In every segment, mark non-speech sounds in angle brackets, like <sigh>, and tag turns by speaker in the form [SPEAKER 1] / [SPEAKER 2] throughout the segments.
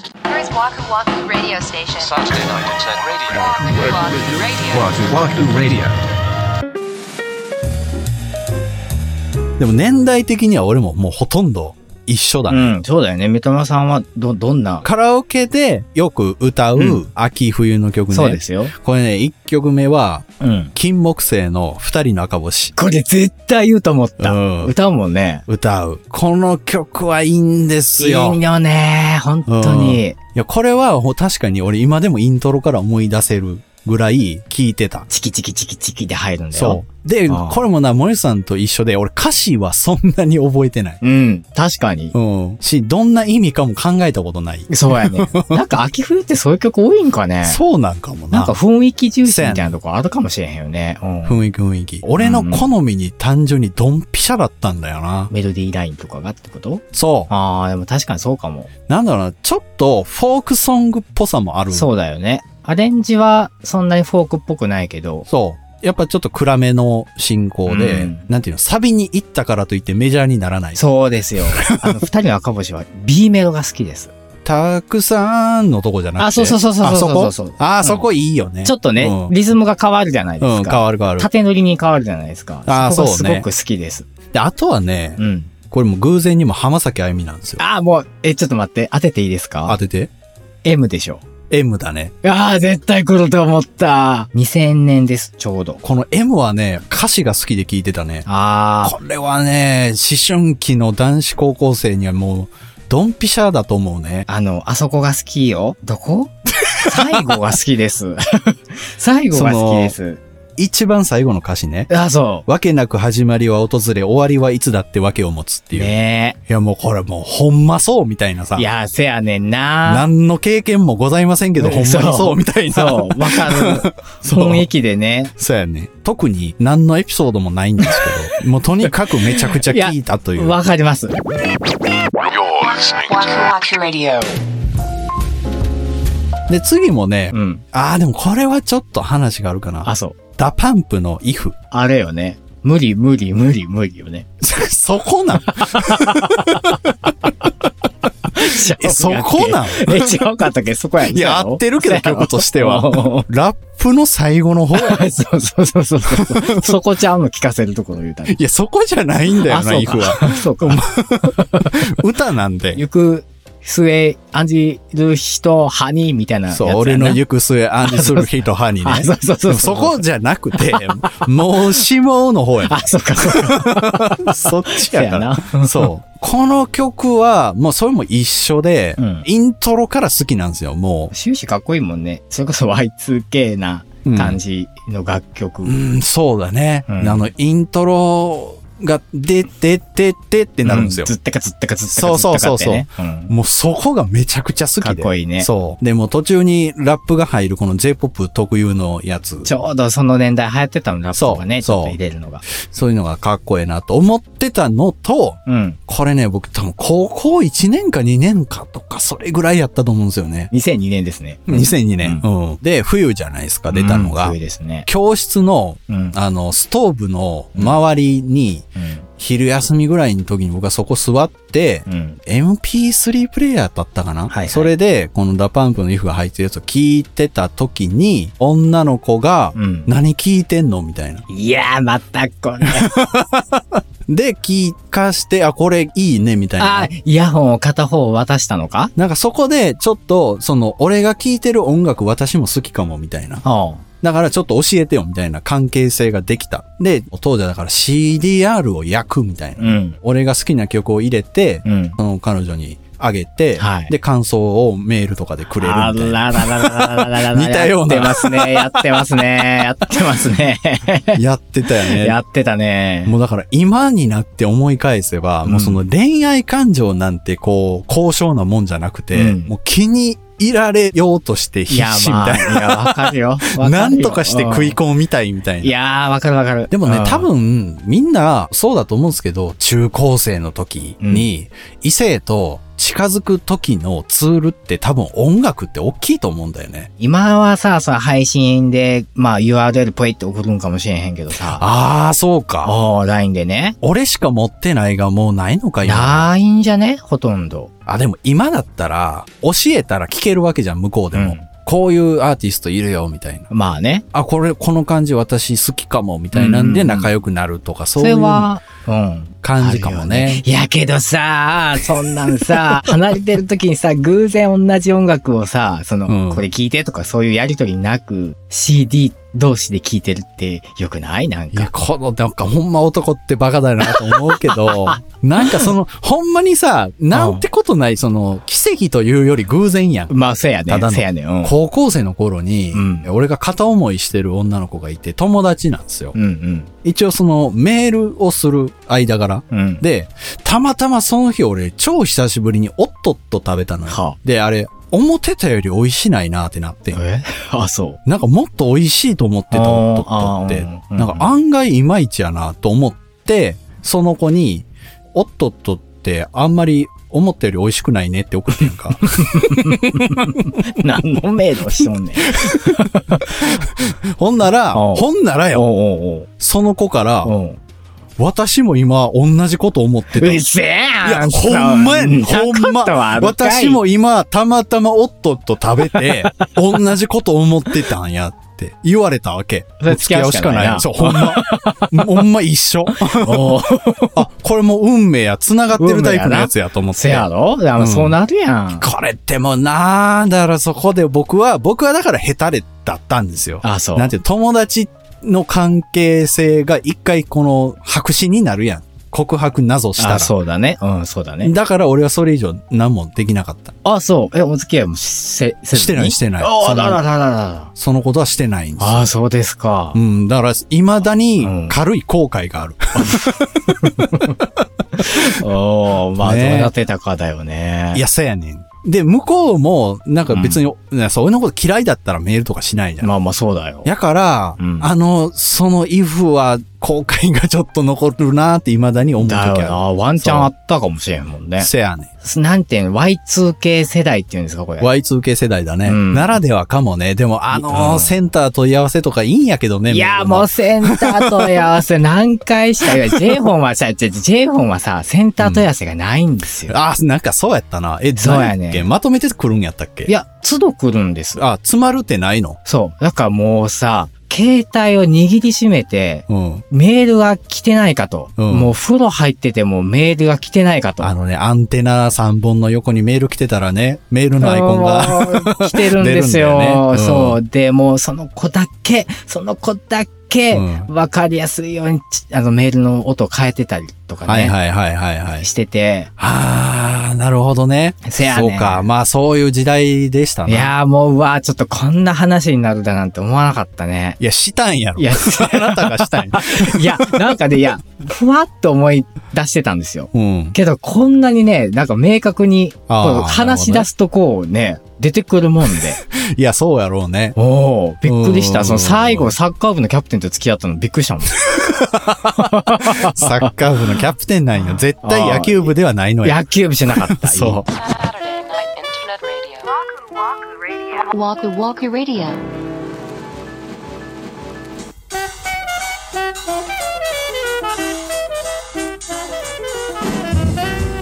[SPEAKER 1] Waku Waku Radio Station.
[SPEAKER 2] Saturday night at 10 radio.
[SPEAKER 1] Waku Waku
[SPEAKER 3] Wahoo Wahoo Radio.
[SPEAKER 1] Radio.
[SPEAKER 4] でも年代的には俺ももうほとんど一緒だね。
[SPEAKER 5] うん、そうだよね。三笘さんは、ど、どんな、
[SPEAKER 4] カラオケでよく歌
[SPEAKER 5] う
[SPEAKER 4] う秋冬の曲ね。
[SPEAKER 5] そうですよ。
[SPEAKER 4] これね、一曲目は、
[SPEAKER 5] うん。
[SPEAKER 4] 金木犀の二人の赤星。
[SPEAKER 5] これ絶対言うと思った。
[SPEAKER 4] うん
[SPEAKER 5] 歌うもんね。
[SPEAKER 4] 歌う。この曲はいいんです
[SPEAKER 5] いい
[SPEAKER 4] よ。い
[SPEAKER 5] よね。本当に。
[SPEAKER 4] や、これはほ確かに俺今でもイントロから思い出せるぐらい聴いてた。
[SPEAKER 5] チキチキチキチキで入るんだよ。
[SPEAKER 4] そう。で、
[SPEAKER 5] あー
[SPEAKER 4] これもな、森さんと一緒で、俺歌詞はそんなに覚えてない。
[SPEAKER 5] う。うん、確かに。
[SPEAKER 4] うん。し、どんな意味かも考えたことない。
[SPEAKER 5] そうや <laughs> ね。なんか秋冬ってそういう曲多いんかね。
[SPEAKER 4] そうなんかもな。
[SPEAKER 5] なんか雰囲気重視みたいなとこあるかもしれへんよね。うん。
[SPEAKER 4] 雰囲気雰囲気。俺の好みに単純にドンピシャだったんだよな。
[SPEAKER 5] メロディーラインとかがってこと
[SPEAKER 4] そう。
[SPEAKER 5] ああ、でも確かにそうかも。
[SPEAKER 4] なんだろうな、ちょっとフォークソングっぽさもある。
[SPEAKER 5] そうだよね。アレンジはそんなにフォークっぽくないけど。
[SPEAKER 4] そう。やっぱちょっと暗めの進行で、
[SPEAKER 5] うん
[SPEAKER 4] なんていうの、サビに行ったからといってメジャーにならない。
[SPEAKER 5] そうで
[SPEAKER 4] <laughs>
[SPEAKER 5] すよ。あの、二人の赤星は B メロが好きです。
[SPEAKER 4] たくさんのとこじゃなくて。
[SPEAKER 5] あそうそうそうそう
[SPEAKER 4] あそこ
[SPEAKER 5] そうそうそう
[SPEAKER 4] あー、そこいいよね。
[SPEAKER 5] ちょっとね、
[SPEAKER 4] うん
[SPEAKER 5] リズムが変わるじゃないで
[SPEAKER 4] う
[SPEAKER 5] す
[SPEAKER 4] ん、
[SPEAKER 5] か。
[SPEAKER 4] 変わる変わる。
[SPEAKER 5] 縦乗りに変わるじゃないですか。
[SPEAKER 4] あー
[SPEAKER 5] そこが
[SPEAKER 4] そう
[SPEAKER 5] す
[SPEAKER 4] ね
[SPEAKER 5] ごく好きです。
[SPEAKER 4] で、あとはね、
[SPEAKER 5] うん。
[SPEAKER 4] これも偶然にも浜崎あゆみなんですよ。
[SPEAKER 5] ああ、もう、え、ちょっと待って、当てていいです
[SPEAKER 4] 当
[SPEAKER 5] か
[SPEAKER 4] てて。
[SPEAKER 5] ?M でしょ。
[SPEAKER 4] M だね。
[SPEAKER 5] ああ、絶対来ると思った。2000年です、ちょうど。
[SPEAKER 4] この M はね、歌詞が好きで聞いてたね。
[SPEAKER 5] ああ、
[SPEAKER 4] これはね、思春期の男子高校生にはもう、ドンピシャだと思うね。
[SPEAKER 5] あの、あそこが好きよ。ど
[SPEAKER 4] <laughs>
[SPEAKER 5] こ最後が好きです。 <laughs> 最後が好きです。
[SPEAKER 4] 一番最後の歌詞ね。
[SPEAKER 5] ああ、そ
[SPEAKER 4] わけなく始まりは訪れ、終わりはいつだってわけを持つって
[SPEAKER 5] う。
[SPEAKER 4] いう。
[SPEAKER 5] ね
[SPEAKER 4] いやもうこれもうほんまそうみたいなさ
[SPEAKER 5] え。い。や、せやねんな。
[SPEAKER 4] 何の経験もございませんけど、
[SPEAKER 5] うん
[SPEAKER 4] ほんまにそうみたいな。
[SPEAKER 5] そう、わかる。
[SPEAKER 4] <laughs> そう
[SPEAKER 5] 雰囲気でね。
[SPEAKER 4] そうやね。特に何のエピソードもないんですけど、もうとにかくめちゃくちゃ聞いたという。
[SPEAKER 5] わかります。
[SPEAKER 2] You're listening
[SPEAKER 1] Waku
[SPEAKER 2] to
[SPEAKER 1] Waku Radio.
[SPEAKER 4] で、次もね、
[SPEAKER 5] うん。
[SPEAKER 4] あーでもこれはちょっと話があるかな
[SPEAKER 5] あ、。そう。
[SPEAKER 4] ダパンプの if。
[SPEAKER 5] あれよね。無理無理無理無理よね。
[SPEAKER 4] <laughs> そこなんえ、そこなん
[SPEAKER 5] <laughs> え、違うかったっけそこや
[SPEAKER 4] <laughs>
[SPEAKER 5] ん
[SPEAKER 4] いや、合ってるけど曲として
[SPEAKER 5] <laughs>
[SPEAKER 4] は。 <laughs> ラップの最後の方。い
[SPEAKER 5] そうそうそうそう
[SPEAKER 4] <laughs>
[SPEAKER 5] そう。そこちゃんの聞かせるところ言うたね
[SPEAKER 4] や、そこじゃないんだよ
[SPEAKER 5] あ、
[SPEAKER 4] な、
[SPEAKER 5] そう
[SPEAKER 4] イフは。
[SPEAKER 5] か。そうか。
[SPEAKER 4] 歌なんで。
[SPEAKER 5] 行く末、案じる人、ハニーみたいなやつ
[SPEAKER 4] そ
[SPEAKER 5] や
[SPEAKER 4] う、
[SPEAKER 5] な。
[SPEAKER 4] 俺の行く末暗示する日と歯にね
[SPEAKER 5] あ。そうそうそうそ
[SPEAKER 4] そうこじゃなくて、 <laughs> もうしもうの方や
[SPEAKER 5] あ、そうか、そうか。
[SPEAKER 4] な。そっちやか
[SPEAKER 5] そうや
[SPEAKER 4] ら。そう。この曲は、もうそれも一緒で
[SPEAKER 5] うん、
[SPEAKER 4] イントロから好きなんですよ、も
[SPEAKER 5] 終始かっこいいもんね。それこそ Y2K な感じの楽曲。
[SPEAKER 4] う。うん、そうだね。
[SPEAKER 5] うん
[SPEAKER 4] あの、イントロが、で、で、で、でってなるんですよ
[SPEAKER 5] う。ずったかずったかずった
[SPEAKER 4] そ
[SPEAKER 5] か
[SPEAKER 4] う
[SPEAKER 5] ず
[SPEAKER 4] そう
[SPEAKER 5] った
[SPEAKER 4] そ
[SPEAKER 5] か
[SPEAKER 4] う
[SPEAKER 5] って
[SPEAKER 4] そう
[SPEAKER 5] ね。うん
[SPEAKER 4] もうそこがめちゃくちゃ好きで。
[SPEAKER 5] かっこいいね
[SPEAKER 4] そう。でもう途中にラップが入るこの J-POP 特有のやつ。
[SPEAKER 5] ちょうどその年代流行ってたの、ラップがね、ち
[SPEAKER 4] そう
[SPEAKER 5] ょっと入れるのが。
[SPEAKER 4] そういうのがかっこいいなと思ってたのと、
[SPEAKER 5] うん。
[SPEAKER 4] これね、僕多分高校1年か2年かとかそれぐらいやったと思うんですよね。
[SPEAKER 5] 2002年ですね。
[SPEAKER 4] 2002年。うん。で、冬じゃないですか、出たの
[SPEAKER 5] うん
[SPEAKER 4] が
[SPEAKER 5] すごい。ですね。
[SPEAKER 4] 教室の、
[SPEAKER 5] うん。
[SPEAKER 4] あの、ストーブの周りに、
[SPEAKER 5] う
[SPEAKER 4] 昼休みぐらいの時に僕はそこ座って、
[SPEAKER 5] ん。うん。
[SPEAKER 4] MP3 プレイヤーだったかな、
[SPEAKER 5] はい
[SPEAKER 4] それで、このダパンプの if が入ってるやつを聞いてた時に、女の子が、
[SPEAKER 5] うん
[SPEAKER 4] 何聞いてんのみたいな。
[SPEAKER 5] いやー、またこれ。
[SPEAKER 4] で、聞かして、あ、これいいね、みたい
[SPEAKER 5] あ
[SPEAKER 4] な
[SPEAKER 5] ー。、イヤホンを片方渡したのか
[SPEAKER 4] なんかそこで、ちょっと、その、俺が聞いてる音楽私も好きかも、みたいな。
[SPEAKER 5] は
[SPEAKER 4] だからちょっと教えてよ、みたいな関係性ができた。で、当時はだから CDR を焼く、みたいな。
[SPEAKER 5] うん。
[SPEAKER 4] 俺が好きな曲を入れて、
[SPEAKER 5] うん。
[SPEAKER 4] その彼女にあげて、
[SPEAKER 5] はい
[SPEAKER 4] で、感想をメールとかでくれるみた
[SPEAKER 5] あ
[SPEAKER 4] いな。
[SPEAKER 5] らららららららら
[SPEAKER 4] 似たような
[SPEAKER 5] やってますね。やってますね。やってますね。
[SPEAKER 4] <laughs> やってたよね。
[SPEAKER 5] やってたね。
[SPEAKER 4] もうだから今になって思い返せば、
[SPEAKER 5] うん
[SPEAKER 4] もうその恋愛感情なんてこう、高尚なもんじゃなくて、
[SPEAKER 5] うん
[SPEAKER 4] もう気に入られようとして必
[SPEAKER 5] いや、
[SPEAKER 4] 死み
[SPEAKER 5] ま
[SPEAKER 4] た
[SPEAKER 5] あ、
[SPEAKER 4] い
[SPEAKER 5] いや、わかる
[SPEAKER 4] <laughs>
[SPEAKER 5] よ。わかる
[SPEAKER 4] な。な
[SPEAKER 5] よ
[SPEAKER 4] んとかして食い込みたいみたい
[SPEAKER 5] い
[SPEAKER 4] な。
[SPEAKER 5] やー、わかるわかる。
[SPEAKER 4] でも
[SPEAKER 5] う
[SPEAKER 4] ね
[SPEAKER 5] ん、
[SPEAKER 4] 多、分、みんな、そうだと思うんですけど、中高生の時に、異性と近づく時のツールって多分音楽って大きいと思うんだよね。
[SPEAKER 5] 今はさ、その配信で、まあ URL ポイって送るんかもしれへんけどさ。
[SPEAKER 4] ああ、そうか。
[SPEAKER 5] ああ、LINE でね。
[SPEAKER 4] 俺しか持ってないがもうないのか、今。
[SPEAKER 5] LINE じゃねほとんど。
[SPEAKER 4] あ、でも今だったら、教えたら聞けるわけじゃん、向こうでも。
[SPEAKER 5] うん
[SPEAKER 4] こういうアーティストいるよ、みたいな。
[SPEAKER 5] まあね。
[SPEAKER 4] あ、これ、この感じ私好きかも、みたいなんで
[SPEAKER 5] うん
[SPEAKER 4] 仲良くなるとか、そ
[SPEAKER 5] そ
[SPEAKER 4] うい
[SPEAKER 5] れ
[SPEAKER 4] う
[SPEAKER 5] は、うん。
[SPEAKER 4] 感じかも
[SPEAKER 5] ある
[SPEAKER 4] ね
[SPEAKER 5] よ。やけどさ、そんなん
[SPEAKER 4] <laughs>
[SPEAKER 5] さ、離れてる時にさ、偶然同じ音楽をさ、その、
[SPEAKER 4] うん
[SPEAKER 5] これ聞いてとかそういうやりとりなく、CD 同士で聞いてるってよくないなん
[SPEAKER 4] いや、
[SPEAKER 5] か。
[SPEAKER 4] この、なんかほんま男ってバカだなと思うけ
[SPEAKER 5] <laughs>
[SPEAKER 4] ど、なんかその、ほんまにさ、なんてことない、その、奇跡というより偶然やん。
[SPEAKER 5] まあ、そうや
[SPEAKER 4] た
[SPEAKER 5] ね
[SPEAKER 4] だ。の
[SPEAKER 5] そうやね。うん。
[SPEAKER 4] 高校生の頃に、
[SPEAKER 5] うん
[SPEAKER 4] 俺が片思いしてる女の子がいて、友達なんですよ。
[SPEAKER 5] うん
[SPEAKER 4] 一応その、メールをする間柄。
[SPEAKER 5] うん。うん。
[SPEAKER 4] で、たまたまその日俺、超久しぶりにおっとっと食べたのよ。
[SPEAKER 5] は
[SPEAKER 4] で、あれ、思ってたより美味しないなってなってん。
[SPEAKER 5] え <laughs> あ、そう。
[SPEAKER 4] なんかもっと美味しいと思ってたおっとっとって
[SPEAKER 5] あーあー、うん
[SPEAKER 4] なんか案外いまいちやなと思って、その子に、おっとっとってあんまり思ったより美味しくないねって送ってん
[SPEAKER 5] <laughs>
[SPEAKER 4] か。
[SPEAKER 5] 何のメールをしと
[SPEAKER 4] <laughs>
[SPEAKER 5] んねん。
[SPEAKER 4] ほんなら、
[SPEAKER 5] おう
[SPEAKER 4] ほんならよ、
[SPEAKER 5] おう
[SPEAKER 4] その子から
[SPEAKER 5] おう、おう。おう
[SPEAKER 4] 私も今同じこと思ってた。
[SPEAKER 5] うっせえ
[SPEAKER 4] いや、ほんまやねん、ほんま。私。も今、たまたまおっとっと食べ
[SPEAKER 5] <laughs>
[SPEAKER 4] て、同じこと思ってたんやって言われたわけ。
[SPEAKER 5] それ付き合うしかないな
[SPEAKER 4] そう、ほんま。ほんま一
[SPEAKER 5] <laughs>
[SPEAKER 4] 緒。
[SPEAKER 5] そんなことは
[SPEAKER 4] <laughs>
[SPEAKER 5] おう
[SPEAKER 4] あ、これもう運命や、繋がってるタイプのやつやと思っ
[SPEAKER 5] せ
[SPEAKER 4] て。
[SPEAKER 5] やろだからそうなるやん。
[SPEAKER 4] これってもうなーだからそこで僕は、僕はだからヘタレだったんですよ。
[SPEAKER 5] あ、そう
[SPEAKER 4] なん。ていう友達の関係性が一回この白紙になるやん。告白なぞしたら。
[SPEAKER 5] あ、そうだね。うん、そうだね。
[SPEAKER 4] だから俺はそれ以上何もできなかった。
[SPEAKER 5] あ、そう。え、お付き合いもせ、せ
[SPEAKER 4] して
[SPEAKER 5] ずに
[SPEAKER 4] ないしてない
[SPEAKER 5] あ
[SPEAKER 4] そ
[SPEAKER 5] あ、
[SPEAKER 4] の
[SPEAKER 5] だらだらだら。
[SPEAKER 4] そのことはしてないんですよ。
[SPEAKER 5] ああ、そうですか
[SPEAKER 4] う。ん、だから、未だ
[SPEAKER 5] う
[SPEAKER 4] に
[SPEAKER 5] ん
[SPEAKER 4] 軽い後悔がある。
[SPEAKER 5] おおまあ、どう
[SPEAKER 4] ね
[SPEAKER 5] なってたかだよね。
[SPEAKER 4] いや、そうやねん。で、向こうも、なんか別に、なそういうのこと嫌いだったらメールとかしないじゃん。
[SPEAKER 5] まあまあ、そうだよ。
[SPEAKER 4] やから、
[SPEAKER 5] うん
[SPEAKER 4] あの、その if は後悔がちょっと残るなって未だに思う時
[SPEAKER 5] だよな。
[SPEAKER 4] あ
[SPEAKER 5] ワンチャンあったかもしれんもん
[SPEAKER 4] る。
[SPEAKER 5] ね。
[SPEAKER 4] せやねん。
[SPEAKER 5] なんていうの ?Y2K 世代っていうんですか、これ。
[SPEAKER 4] Y2K 世代だね。
[SPEAKER 5] うん
[SPEAKER 4] ならではかもね。でも、あの
[SPEAKER 5] うん
[SPEAKER 4] センター問い合わせとかいいんやけどね。
[SPEAKER 5] いや、
[SPEAKER 4] メールの
[SPEAKER 5] もうセンター問い合わせ何回し
[SPEAKER 4] <laughs>
[SPEAKER 5] たよ。J 本はさ、ちょちょ J 本はさ、センター問い合わせがないんですよ。
[SPEAKER 4] あ、なんかそうやったな。え、
[SPEAKER 5] そうや
[SPEAKER 4] 何
[SPEAKER 5] ね
[SPEAKER 4] っけまとめてくるんやったっけ
[SPEAKER 5] いや、都度来るんです。
[SPEAKER 4] あ、詰まるってないの
[SPEAKER 5] そう。だからもうさ、携帯を握りしめて、
[SPEAKER 4] うん。
[SPEAKER 5] メールが来てないかと。
[SPEAKER 4] うん
[SPEAKER 5] もう風呂入っててもメールが来てないかと。
[SPEAKER 4] あのね、アンテナ3本の横にメール来てたらね、メールのアイコンが。 <laughs>
[SPEAKER 5] が。来てるんですよ。
[SPEAKER 4] 出るんだよねうん
[SPEAKER 5] そう。で、もうその子だけ、その子だけ、
[SPEAKER 4] うん
[SPEAKER 5] わかりやすいように、ちあのメールの音を変えてたりとかね。
[SPEAKER 4] はいはいはいはいはい。
[SPEAKER 5] してて。
[SPEAKER 4] あー、なるほどね。
[SPEAKER 5] せやねん
[SPEAKER 4] そうか。まあそういう時代でした
[SPEAKER 5] い
[SPEAKER 4] ね。
[SPEAKER 5] やーもう、うわーちょっとこんな話になるだなんて思わなかったね。
[SPEAKER 4] いや、したんやろ。
[SPEAKER 5] いや、 <laughs>
[SPEAKER 4] あなたがしたんや。
[SPEAKER 5] いや、なんかね、いや、ふわっと思い出してたんですよ。
[SPEAKER 4] <laughs> うん。
[SPEAKER 5] けど、こんなにね、なんか明確に、
[SPEAKER 4] あー
[SPEAKER 5] こう話し出すとこうね、出てくる
[SPEAKER 4] <laughs>
[SPEAKER 5] もんで。
[SPEAKER 4] いや、そうやろう
[SPEAKER 5] <laughs>
[SPEAKER 4] ね。
[SPEAKER 5] おおびっくりし
[SPEAKER 4] う
[SPEAKER 5] た。
[SPEAKER 4] ん
[SPEAKER 5] その最後、サッカー部のキャプテンと付き合ったのびっくりしたもん。
[SPEAKER 4] サッカー部のキャプテンなんよ。絶対野球部ではないのよ。
[SPEAKER 5] 野球部じゃ
[SPEAKER 4] <laughs>
[SPEAKER 5] なかった。
[SPEAKER 4] そう。
[SPEAKER 1] Saturday night internet radio. Waku Waku Radio. Waku Waku Radio.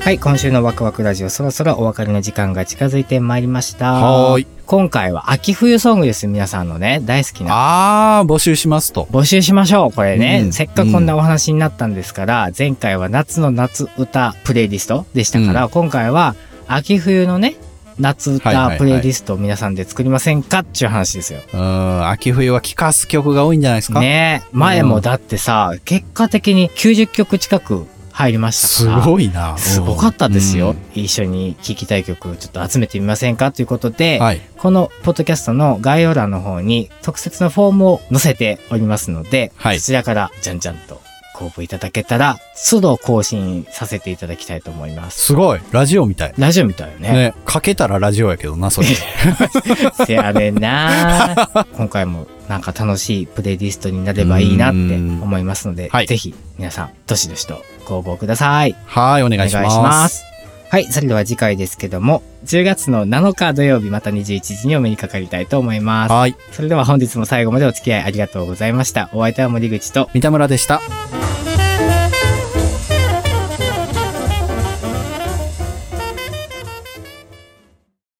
[SPEAKER 5] はい、今週のワクワクラジオ、そろそろお別れの時間が近づいてまいりました。
[SPEAKER 4] はーい。
[SPEAKER 5] 今回は秋冬ソングです。皆さんのね、大好きな。
[SPEAKER 4] あー、募集しますと。
[SPEAKER 5] 募集しましょうこれね、
[SPEAKER 4] うん
[SPEAKER 5] せっかくこんなお話になったんですから、前回は夏の夏歌プレイリストでしたから、今回は秋冬のね夏
[SPEAKER 4] はいはいは
[SPEAKER 5] 歌
[SPEAKER 4] い
[SPEAKER 5] プレイリストを皆さんで作りませんかっていう話ですよ。
[SPEAKER 4] うーん、秋冬は聴かす曲が多いんじゃないですか。
[SPEAKER 5] ねえ前もだってさ、結果的に90曲近く入りまし
[SPEAKER 4] す
[SPEAKER 5] たから。
[SPEAKER 4] ごいな。
[SPEAKER 5] すごかったですよ、
[SPEAKER 4] うん
[SPEAKER 5] 一緒に聴きたい曲をちょっと集めてみませんかということで、
[SPEAKER 4] はい。
[SPEAKER 5] このポッドキャストの概要欄の方に特設のフォームを載せておりますので、
[SPEAKER 4] はい
[SPEAKER 5] そちらからじゃんじゃんとご応募いただけたら、都度更新させていただきたいと思います。
[SPEAKER 4] すごい。ラジオみたい。
[SPEAKER 5] ラジオみたいよね。
[SPEAKER 4] ね、かけたらラジオやけどな、そ <laughs> れ。
[SPEAKER 5] せやねん
[SPEAKER 4] <laughs>
[SPEAKER 5] な今回もなんか楽しいプレイリストになればいいなって思いますので、
[SPEAKER 4] はい
[SPEAKER 5] ぜひ皆さん、どしどしとご応募ください。
[SPEAKER 4] はい、お願いします。
[SPEAKER 5] す。はい、それでは次回ですけども、10月の7日土曜日また21時にお目にかかりたいと思います。
[SPEAKER 4] はい、
[SPEAKER 5] それでは本日も最後までお付き合いありがとうございました。お相手は森口と
[SPEAKER 4] 三田村でした。
[SPEAKER 1] Waku